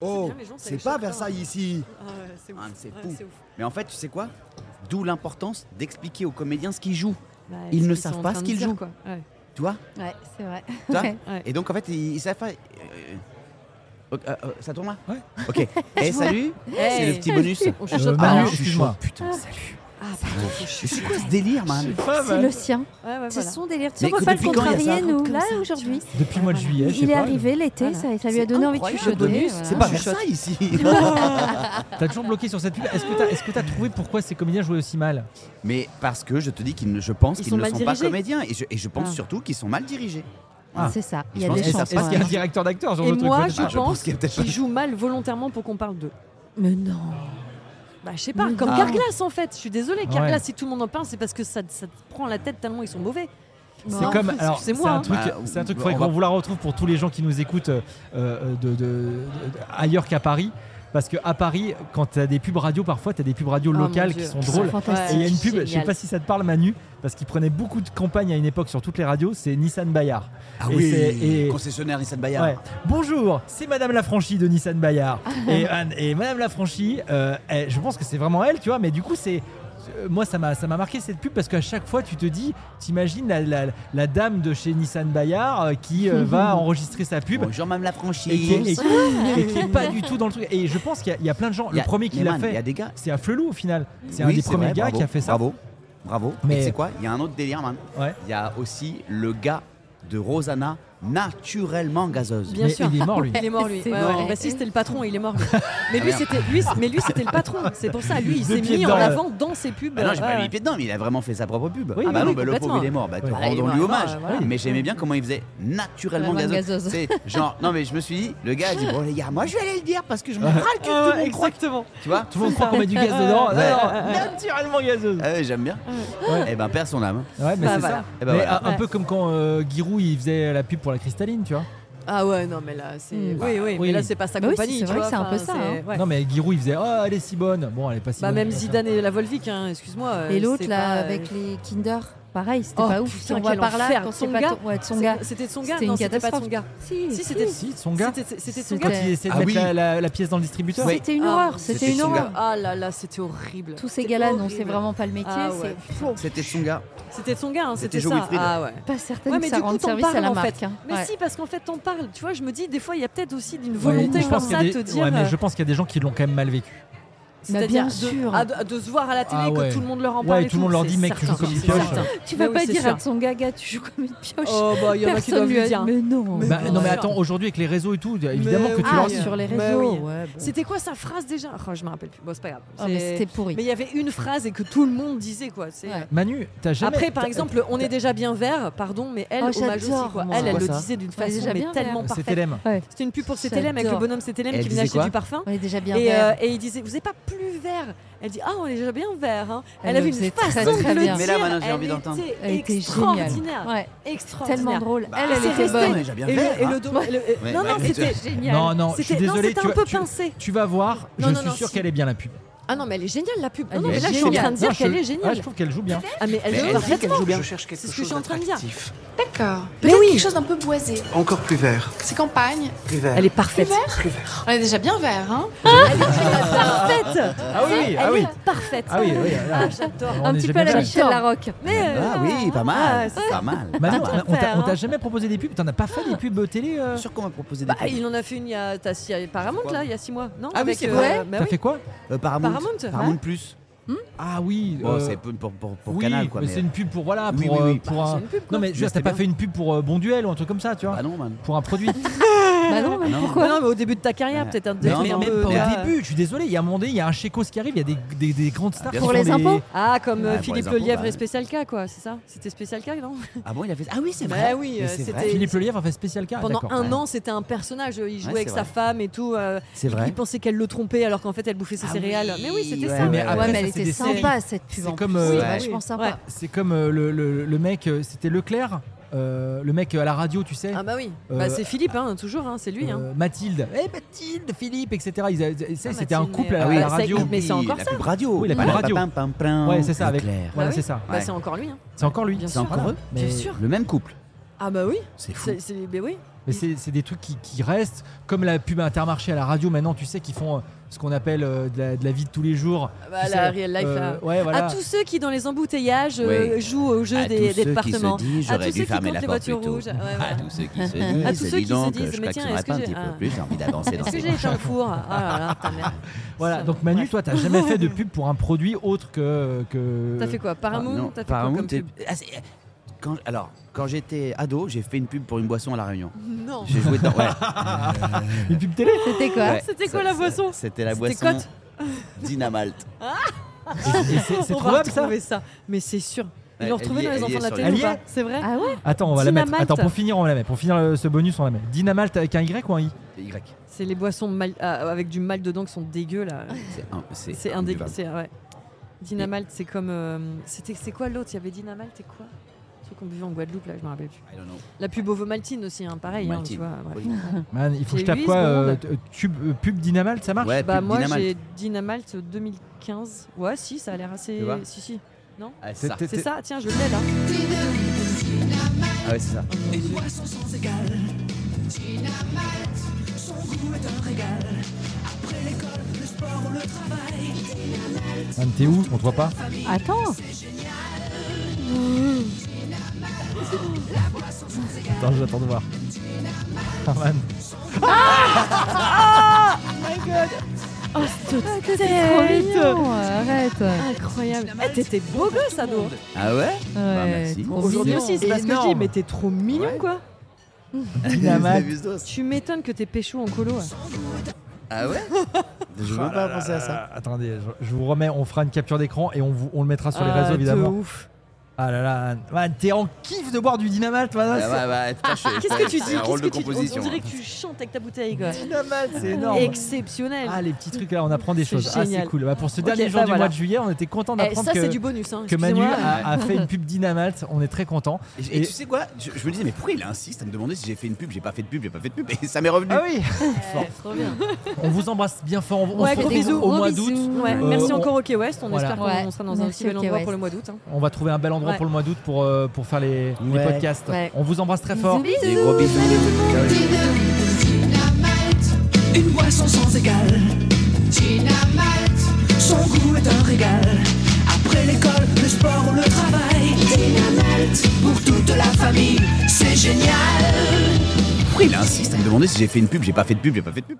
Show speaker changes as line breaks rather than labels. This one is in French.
Oh,
bien, les gens, ça les
c'est pas
choque pas,
Versailles
hein.
ici.
Ah ouais, c'est ouf.
Ah, mais c'est
Ouais,
fou.
c'est ouf.
Mais en fait, tu sais quoi D'où l'importance d'expliquer aux comédiens ce qu'ils jouent.
Bah,
Ils
ce
ne
qu'ils
savent
sont en
pas
train
ce
de
qu'ils
dire,
jouent.
quoi. Ouais.
Tu vois
Ouais, c'est vrai.
Tu vois
Ouais.
Ouais.
Et donc, en fait, ils, ils savent pas. euh, euh, euh, euh, ça tourne là
Ouais.
Ok. Eh, salut C'est le
Hey.
petit bonus.
On
Euh,
chuchote
Manu,
pas. hein.
excuse-moi.
Putain, salut.
Ah, pardon, faut chuchoter.
C'est quoi ce délire, man
C'est le sien.
Ouais, ouais,
C'est
voilà.
son délire. Tu
Mais
sais, on peut pas le
depuis quand il y a ça
contrarier, nous,
Comme
là,
ça, tu vois.
aujourd'hui.
Depuis le mois de juillet, je sais
Il est
pas.
arrivé l'été,
Voilà.
ça, ça lui
C'est
a donné envie de
incroyable.
chuchoter.
Bonus,
voilà.
C'est pas
Je
Versailles ici
T'as toujours bloqué sur cette pub. Est-ce que t'as est-ce que t'as trouvé pourquoi ces comédiens jouaient aussi mal
Mais parce que je te dis qu'ils ne, je pense
Ils
qu'ils
sont
ne
mal
sont pas
dirigés.
comédiens. Et je, et je pense
Ah.
surtout qu'ils sont mal dirigés.
Ah.
C'est ça. Il y a
Je pense
des
que ça
chances.
passe
Parce qu'il y a
ouais.
le directeur d'acteur, genre
Et
de truc.
moi,
ouais.
je
Ah, je pense
pense
qu'il y a peut-être pas-
qu'ils jouent mal volontairement pour qu'on parle d'eux.
Mais non.
Bah, je sais pas,
Mais
comme
non.
Carglass en fait. Je suis désolée, Carglass,
Ah Ouais.
si tout le monde en parle, c'est parce que ça, ça te prend la tête tellement ils sont mauvais.
C'est
Non,
comme alors c'est
excusez-moi,
un
hein.
truc,
Bah,
c'est un truc.
on
Faudrait
va-
qu'on vous la retrouve pour tous les gens qui nous écoutent euh, euh, de, de- de- ailleurs qu'à Paris, parce que à Paris, quand t'as des pubs radio, parfois t'as des pubs radio
Oh mon
locales
Dieu.
qui sont
Ils sont
drôles. Et
fantastiques.
il y a une pub, je sais
Génial.
pas si ça te parle Manu, parce qu'il prenait beaucoup de campagnes à une époque sur toutes les radios, c'est Nissan Bayard.
Ah
Et c'est- et-
concessionnaire Nissan Bayard.
Ouais. Bonjour, c'est Madame Lafranchi de Nissan Bayard. et, Anne- et Madame Lafranchi, euh, elle- je pense que c'est vraiment elle, tu vois, mais du coup, c'est. euh, Moi, ça m'a ça m'a marqué cette pub parce qu'à chaque fois, tu te dis, t'imagines la, la, la dame de chez Nissan Bayard euh, qui euh, va enregistrer sa pub
Bonjour, Mme la franchise.
et qui, est- et qui- et qui est pas du tout dans le truc. Et je pense qu'il y a- il y, a plein de gens.
Il y
Le
a-
premier qui
mais
l'a
man, Il y a
fait,
des gars.
c'est un Flelou au final. C'est un
Oui,
des premiers
vrai,
gars
bravo,
qui a fait ça.
Bravo. Bravo.
Mais-
Mais c'est quoi Il y a un autre délire, man.
Ouais.
Il y a aussi le gars de Rosanna, naturellement gazeuse.
Bien
Mais
sûr.
il est mort, lui.
Il est mort lui.
C'est
Ouais,
vrai.
ouais. Bah si c'était le patron, il est mort. lui. Mais
Ah,
lui
merde.
c'était lui, mais lui c'était le patron. C'est pour ça lui il
Deux
s'est
pieds
mis
dedans,
en
ouais.
avant dans ses pubs.
Bah non, j'ai
Ouais,
pas mis
ouais.
les pieds dedans, mais il a vraiment fait sa propre pub.
Oui,
ah
oui,
bah
oui,
non, bah le
complètement.
pauvre il est mort. Bah,
Ouais.
Bah, il est
Rendons-lui
mort,
hommage.
ouais, voilà.
Mais j'aimais bien comment il faisait naturellement
Vraiment
gazeuse.
gazeuse.
C'est genre, non mais je me suis dit, le gars a dit, bon les gars, moi je vais aller le dire parce que je me râle que tout
Ah,
le monde croit.
Exactement.
que- Tu vois
Tout le monde croit qu'on met du gaz dedans.
Ouais.
Non, non, naturellement gazeuse.
Ah ouais, j'aime bien.
Ouais.
Eh ben perd son âme.
Ouais, mais
Bah,
c'est
voilà.
ça.
Eh ben,
Mais
voilà.
un, un peu comme quand euh, Giroud il faisait la pub pour la cristalline, tu vois.
Ah ouais non mais là c'est
Mm.
oui oui
oui.
mais là c'est pas sa
Bah oui,
compagnie. tu
c'est vrai que
vois,
c'est un peu
enfin,
ça,
c'est-
hein.
ouais.
Non mais Giroud il faisait oh elle est si bonne. Bon elle est pas si
Bah
bonne.
même Zidane et la Volvic, hein, excuse-moi. euh,
Et l'autre,
c'est
là,
pas, euh,
avec les Kinder, pareil, c'était
Oh,
pas ouf.
putain,
Si on va
quel
par là,
enfer.
quand
Son
c'est pas
gars.
ton- ouais, de son
c'est-
gars.
C'était de son gars.
C'était
Non,
une
c'était pas de son
catastrophe.
gars.
Si,
Si,
si.
c'était
Si son gars.
C'était- C'était son
C'était-
gars.
Quand il essaie de
Ah
mettre
oui.
la, la- la pièce dans le distributeur.
Oui.
C'était une
Ah,
horreur,
c'était
c'était une
son
horreur.
gars.
Ah là là, c'était horrible.
Tous ces gars-là, non, c'est
horrible.
vraiment pas le métier.
Ah ouais,
c'est
C'était son gars.
C'était de son gars, hein,
C'était
c'était
Joe
ça.
Wilfried.
Ah ouais.
pas certaine
Ouais,
que
mais
ça
du coup,
rende
t'en
service à
parles,
la
en
marque. hein.
Mais
Ouais.
si, parce qu'en fait, t'en parles. Tu vois, je me dis, des fois, il y a peut-être aussi d'une
Ouais,
volonté
je pense
comme
qu'il y
ça
a
de
des-
te dire.
ouais, mais
euh,
je pense qu'il y a des gens qui l'ont quand même mal vécu.
c'est-à-dire
bien
de-
sûr.
ah, De, de se voir à la télé,
Ah ouais.
que tout le monde leur en
Ouais,
parle.
tout le monde leur dit,
c'est
mec, tu joues
certain,
comme une
c'est
pioche.
certain.
Tu
Bah
vas
oui,
pas
c'est
dire
sûr.
à son gars, gars, tu joues comme une pioche.
Oh, bah, il y en a qui
Personne
doivent
lui
le
a dit.
dire.
Mais non.
Mais
Bah,
bien
non mais
sûr.
attends aujourd'hui avec les réseaux et tout évidemment
Mais
que tu
oui.
Ah,
leur
dis.
sur les
Bah
réseaux,
oui.
ouais. bon.
C'était quoi sa phrase déjà oh, Je me rappelle plus. Bon, c'est pas grave.
Ah, mais
C'est-
C'était pourri.
Mais euh, il y avait une phrase et que tout le monde disait, quoi. C'est-
Ouais.
Manu t'as jamais. Euh,
Après, par
t'as-
exemple, on est déjà bien vert, pardon, mais elle,
Oh,
hommage aussi,
j'adore,
quoi.
moi.
Elle,
C'est
elle
quoi
le
ça
disait d'une
On est
façon,
déjà
mais
bien
tellement
C'était
parfaite.
l'aime.
C'était une pub pour CTLM avec le
J'adore.
bonhomme CTLM
Elle
qui
disait
venait acheter
quoi
du parfum.
On est déjà bien.
Et,
vert.
euh, et il disait, vous n'êtes pas plus vert. Elle dit, ah, on est déjà bien vert. hein.
Elle
Elle,
le
avait une
faisait
façon
très,
de
très
le dire.
bien.
Mais là, maintenant, j'ai
elle
envie d'entendre.
était
Elle était
extraordinaire.
Ouais,
Extraordinaire.
tellement drôle.
Bah,
Elle,
ah,
elle
oh, c'est
était
resté.
bonne.
Ouais, j'ai bien
Et
fait.
le, et
hein.
le dos- et le- et-
Ouais,
non,
bah,
non,
mais
c'était.
Génial.
Non non je suis
c'était- non,
désolé
c'était
tu
un
vas-
peu
tu-
pincé.
tu vas voir
Non,
je
non,
suis
non,
sûr
si.
qu'elle est bien la pub.
Ah non, mais elle est géniale la pub.
Elle
Non, non,
est
mais là je suis en
géniale.
train de dire
Non, je-
qu'elle est
Ah,
géniale.
je trouve qu'elle joue bien.
Ah mais elle
Mais
est
elle dit
parfaite.
qu'elle joue bien.
Je cherche quelque
C'est ce que
chose
je suis en train de dire.
d'attractif.
D'accord.
Mais
Peut-être
oui.
quelque chose d'un peu boisé.
Encore plus vert.
C'est campagne.
Plus vert.
Elle est parfaite.
Plus vert.
On est déjà bien vert, hein
Parfaite.
Ah oui
Elle
ah oui
est parfaite.
ah oui oui. là,
Ah, j'adore.
on
Un
est
petit
déjà
peu à
bien
la
là.
Michel Larocque.
Mais euh,
Ah oui, pas
Ah,
mal.
c'est
Pas mal.
Manu,
Ah, ouais.
Bah, on t'a- on t'a-
Faire,
on t'a
hein. Ah.
jamais proposé des pubs T'en as pas fait des pubs télé euh
Je suis sûr qu'on m'a proposé des
bah,
trucs.
il en a fait une il y a, t'as- il y a Paramount là, il y a 6 mois, non
Ah oui,
Avec,
c'est
euh,
vrai.
bah
T'as
oui.
fait quoi
Euh, Paramount.
Paramount, ouais.
Plus.
Ah oui.
Bon,
euh,
c'est pour, pour, pour, pour
oui,
Canal, quoi.
mais
mais-
c'est une pub pour voilà
Oui,
pour
oui,
euh,
oui.
pour
Bah,
un.
c'est une pub, quoi.
Non mais
Mais
je veux dire, t'as
c'était
pas
bien.
fait une pub pour euh, Bon Duel ou un truc comme ça, tu vois
Bah non, man.
Pour un produit.
Bah non, mais
non.
pourquoi
Non, mais au début de ta carrière,
Ouais.
peut-être un
Mais
début
non,
un
mais
peu, euh,
pas au
là.
euh, Au début, je suis désolé, il y a un moment donné, il y a un Chécos qui arrive, il y a des, des- des grandes stars
Ah, bien
qui
Pour
font
les
des-
impôts
Ah, comme euh,
Ouais, pour
Philippe
les impôts,
Lelièvre
bah,
et Spécial K, quoi, c'est ça C'était Spécial K, non
Ah bon, il a fait ça Ah oui, c'est
Bah
vrai.
oui,
Mais
euh,
c'est vrai.
c'était-
Philippe Lelièvre a fait spécial car.
Pendant
Ah, d'accord.
un
ouais.
an, c'était un personnage. euh, Il jouait
c'est
avec sa
vrai.
femme et tout. euh,
C'est
il- Il pensait qu'elle le trompait alors qu'en fait elle bouffait ses
Ah
céréales.
oui,
Mais oui, c'était
ouais,
ça.
Mais
ouais,
après,
Ouais,
ça,
mais elle
c'est
était
des séries.
sympa cette pub.
C'est
en
comme,
plus.
euh,
C'est
ouais.
vachement sympa.
C'est comme euh, le, le- le mec, euh, c'était Leclerc, euh, le mec à la radio, tu sais.
Ah bah oui.
Euh,
Bah, c'est Philippe, hein, toujours, hein, c'est lui. hein.
euh, Mathilde, Eh, Mathilde, Philippe, etc. Ils avaient- tu sais,
Ah,
c'était un
Mathilde,
couple
mais-
à, la-
Ah oui,
à la
ça
radio.
existe, mais c'est encore
la
ça.
pub radio.
Oui, la pub
Voilà,
radio.
pam, pam, pam.
Ouais, c'est ça, avec-
Leclerc.
Voilà,
Bah oui.
c'est ça.
Bah,
Ouais.
c'est encore lui. hein.
C'est encore lui.
Bien
C'est
sûr.
encore eux
Bien
Mais-
sûr.
Le même couple.
Ah bah oui.
C'est fou.
C'est, c'est- mais oui.
Mais c'est c'est des trucs qui, qui restent. Comme la pub Intermarché à la radio, maintenant, tu sais, qu'ils font euh, ce qu'on appelle euh, de, la, de la vie de tous les jours.
Bah,
Tu
la
sais, euh,
real life, hein. Ah, là.
ouais, voilà.
À tous ceux qui, dans les embouteillages, euh, jouent au jeu
à
des,
tous
des
ceux
départements.
qui se disent,
À
j'aurais
tous ceux
dû
qui
fermer
comptent
la
les
porte plus
voitures
tôt.
rouges. Ouais,
À
voilà.
tous ceux qui se
À
disent,
tous ceux
dis
qui se
donc,
disent,
je
mais tiens,
klaxonnerai
est-ce que
pas un
j'ai-
petit peu
ah.
plus, j'ai envie d'avancer dans
Est-ce que
ces
j'ai été en four Ah là là, putain, merde.
Voilà.
Ça,
Donc, Manu,
bref.
toi, t'as jamais fait de pub pour un produit autre que. que...
T'as fait quoi
Ah, non,
Paramount T'as fait
Paramount,
quoi comme pub
t'es- Ah, c'est- quand, alors, quand j'étais ado, j'ai fait une pub pour une boisson à La Réunion.
Non.
J'ai joué dedans. ouais.
Une pub télé
C'était quoi
Ouais.
C'était
Ça-
quoi la
ça-
boisson
C'était la
C'était
boisson Dynamalt.
Et c'est- C'est
Oh, On va
trouvable, ça
retrouver ça. Mais c'est sûr. Ils
Ouais,
l'ont retrouvé
elle y
dans
est-
les
elle y
enfants
est
de la
sur
télé
les-
ou
Elle
pas
y
C'est vrai
Ah ouais
Attends, on va la mettre.
Dynamite.
Attends, pour finir, on la met. Pour finir euh, ce bonus, on la met. Dynamalt avec un Y ou un I
Y.
C'est les boissons mal- ah, avec du mal dedans qui sont dégueux là.
Ah, C'est un-
C'est un des.
imbuvable.
c'est- Ouais. Dynamalt, c'est comme. euh, C'était c'est quoi l'autre Il y avait Dynamalt et quoi Le truc qu'on buvait en Guadeloupe là, je me rappelle plus.
I don't know.
La pub Ovo Maltine aussi, hein, pareil. hein,
Maltine.
tu vois, ouais.
Man, il faut que je
J'ai
tape
huit
quoi euh,
secondes.
t- euh, tube- euh, Pub Dynamalt, ça marche
Ouais,
Bah
pub
moi
Dynamalt.
j'ai Dynamalt 2015. Ouais, si, ça a l'air assez.
Tu vois
Si, si.
Ah, c'est ça.
T'es-
C'est
t'es-
ça, tiens, je hein. l'ai là.
Ah ouais, c'est ça.
Man, t'es où On te voit pas
Attends
Attends, j'attends de voir. Ah, man.
Trop
Arrête.
mignon Arrête
Incroyable. Eh, T'étais beau gosse, ado.
Ah ouais Bah,
Ouais,
merci.
trop
Aujourd'hui
mignon.
aussi, c'est pas ce que je dis,
Énorme.
mais t'es trop mignon
Ouais.
quoi.
Dynamite.
Tu m'étonnes que t'es pécho en colo. ouais.
Ah ouais Je veux
Ah
même
là
pas
là
penser à
là
ça.
là. Attendez, je, je vous remets, on fera une capture d'écran et on, vous, on le mettra sur les
Ah,
réseaux
de
évidemment.
ouf.
Ah là là, Anne. Man, t'es en kiff de boire du dynamite, man.
Ah
C'est-
ouais, ouais, putain, je-
Qu'est-ce que tu dis
C'est un
Qu'est-ce
rôle
que
de
tu dis On-
composition. hein.
On dirait que tu chantes avec ta bouteille quoi.
Dynamite, c'est énorme.
Exceptionnel.
Ah, les petits trucs là, on apprend des
C'est
choses. Ah, c'est
génial.
cool. Bah, pour ce
Ok,
dernier
bah
jour du
voilà.
mois de juillet, on était content
Eh,
d'apprendre
ça c'est
que,
du bonus hein.
que Manu
excusez-moi.
a, a fait une pub dynamite. On est très content.
Et, et tu sais quoi je, je me disais, mais pourquoi il insiste à me demander si j'ai fait une pub J'ai pas fait de pub, j'ai pas fait de pub. Et ça m'est revenu.
Ah oui,
Eh, trop bien.
on vous embrasse bien fort. On, on
Ouais,
se
gros
retrouve
bisous,
au
gros
mois
bisous.
d'août.
Ouais,
Euh,
merci
on-
encore au Key West. On
voilà.
espère qu'on
Ouais.
on sera dans un
Merci
aussi bel
au Key
endroit
West.
pour le mois d'août. hein.
On va trouver un bel endroit
Ouais.
pour le mois d'août pour, euh, pour faire les, les
Ouais.
podcasts.
Ouais.
On vous embrasse très fort.
Bisous.
Des gros bisous. Ciao, les gens.
Une boisson sans égale. Dynamite, son goût est un régal. Après l'école, le sport ou le travail. Dynamite, pour toute la famille, c'est génial.
Pourquoi il insiste à me demander si j'ai fait une pub J'ai pas fait de pub, j'ai pas fait de pub.